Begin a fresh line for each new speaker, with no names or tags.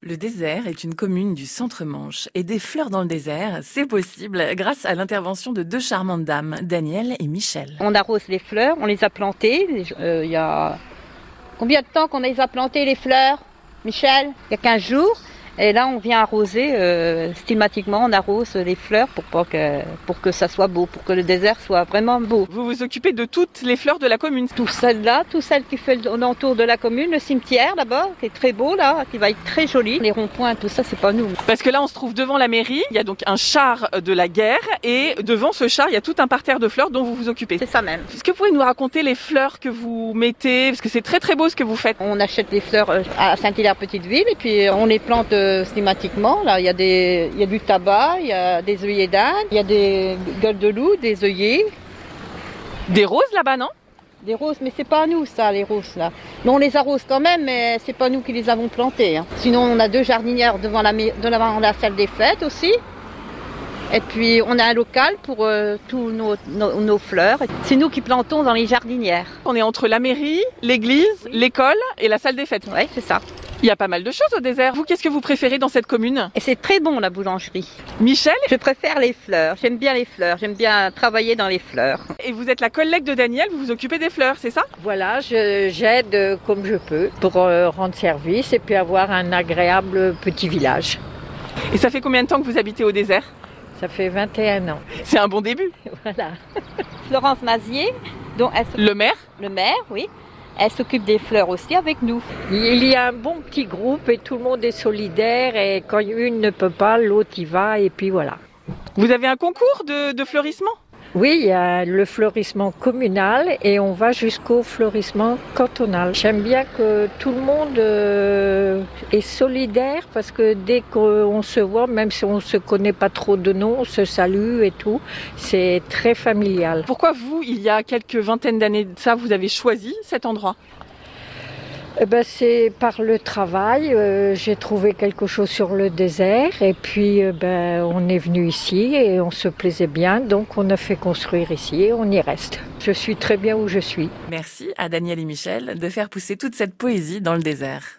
Le désert est une commune du centre-manche et des fleurs dans le désert, c'est possible grâce à l'intervention de deux charmantes dames, Danielle et Michel.
On arrose les fleurs, on les a plantées. Euh, Il y a combien de temps qu'on les a plantées les fleurs, Michel Il y a 15 jours. Et là, on vient arroser, euh, stigmatiquement, on arrose les fleurs pour, pas que, pour que ça soit beau, pour que le désert soit vraiment beau.
Vous vous occupez de toutes les fleurs de la commune.
Tout celle-là, tout celle qui fait l'entour de la commune, le cimetière d'abord, qui est très beau là, qui va être très joli. Les ronds-points, tout ça, c'est pas nous.
Parce que là, on se trouve devant la mairie. Il y a donc un char de la guerre. Et devant ce char, il y a tout un parterre de fleurs dont vous vous occupez.
C'est ça même.
Est-ce que vous pouvez nous raconter les fleurs que vous mettez Parce que c'est très très beau ce que vous faites.
On achète les fleurs euh, à Saint-Hilaire-Petite-Ville et puis on les plante euh, stigmatiquement. Là, il y, a des, il y a du tabac, il y a des œillets d'âne, il y a des gueules de loup, des œillets,
Des roses là-bas, non
des roses. Mais c'est pas à nous ça, les roses là. Mais on les arrose quand même, mais c'est pas nous qui les avons plantées. hein. Sinon, on a deux jardinières devant la, mai- devant la salle des fêtes aussi. Et puis, on a un local pour euh, tous nos, nos- nos fleurs. C'est nous qui plantons dans les jardinières.
On est entre la mairie, l'église, l'école et la salle des fêtes.
Ouais, c'est ça.
Il y a pas mal de choses au désert. Vous, qu'est-ce que vous préférez dans cette commune
Et c'est très bon la boulangerie.
Michel,
Je préfère les fleurs. J'aime bien les fleurs. J'aime bien travailler dans les fleurs.
et vous êtes la collègue de Daniel, vous vous occupez des fleurs, c'est ça
Voilà, je- j'aide euh, comme je peux pour euh, rendre service et puis avoir un agréable petit village.
Et ça fait combien de temps que vous habitez au désert
Ça fait 21 ans.
C'est un bon début.
Voilà.
Florence Mazier, dont elle s'occupe-
Le maire
le maire, oui, elle s'occupe des fleurs aussi avec nous.
Il y a un bon petit groupe et tout le monde est solidaire et quand une ne peut pas, l'autre y va et puis voilà.
Vous avez un concours de, de fleurissement
Oui, il y a le fleurissement communal et on va jusqu'au fleurissement cantonal. J'aime bien que tout le monde euh, est solidaire parce que dès qu'on se voit, même si on ne se connaît pas trop de nom, on se salue et tout. C'est très familial.
Pourquoi vous, il y a quelques vingtaines d'années de ça, vous avez choisi cet endroit
Eh ben, c'est par le travail. euh, J'ai trouvé quelque chose sur le désert et puis euh, ben, on est venu ici et on se plaisait bien. Donc on a fait construire ici et on y reste. Je suis très bien où je suis.
Merci à Danielle et Michel de faire pousser toute cette poésie dans le désert.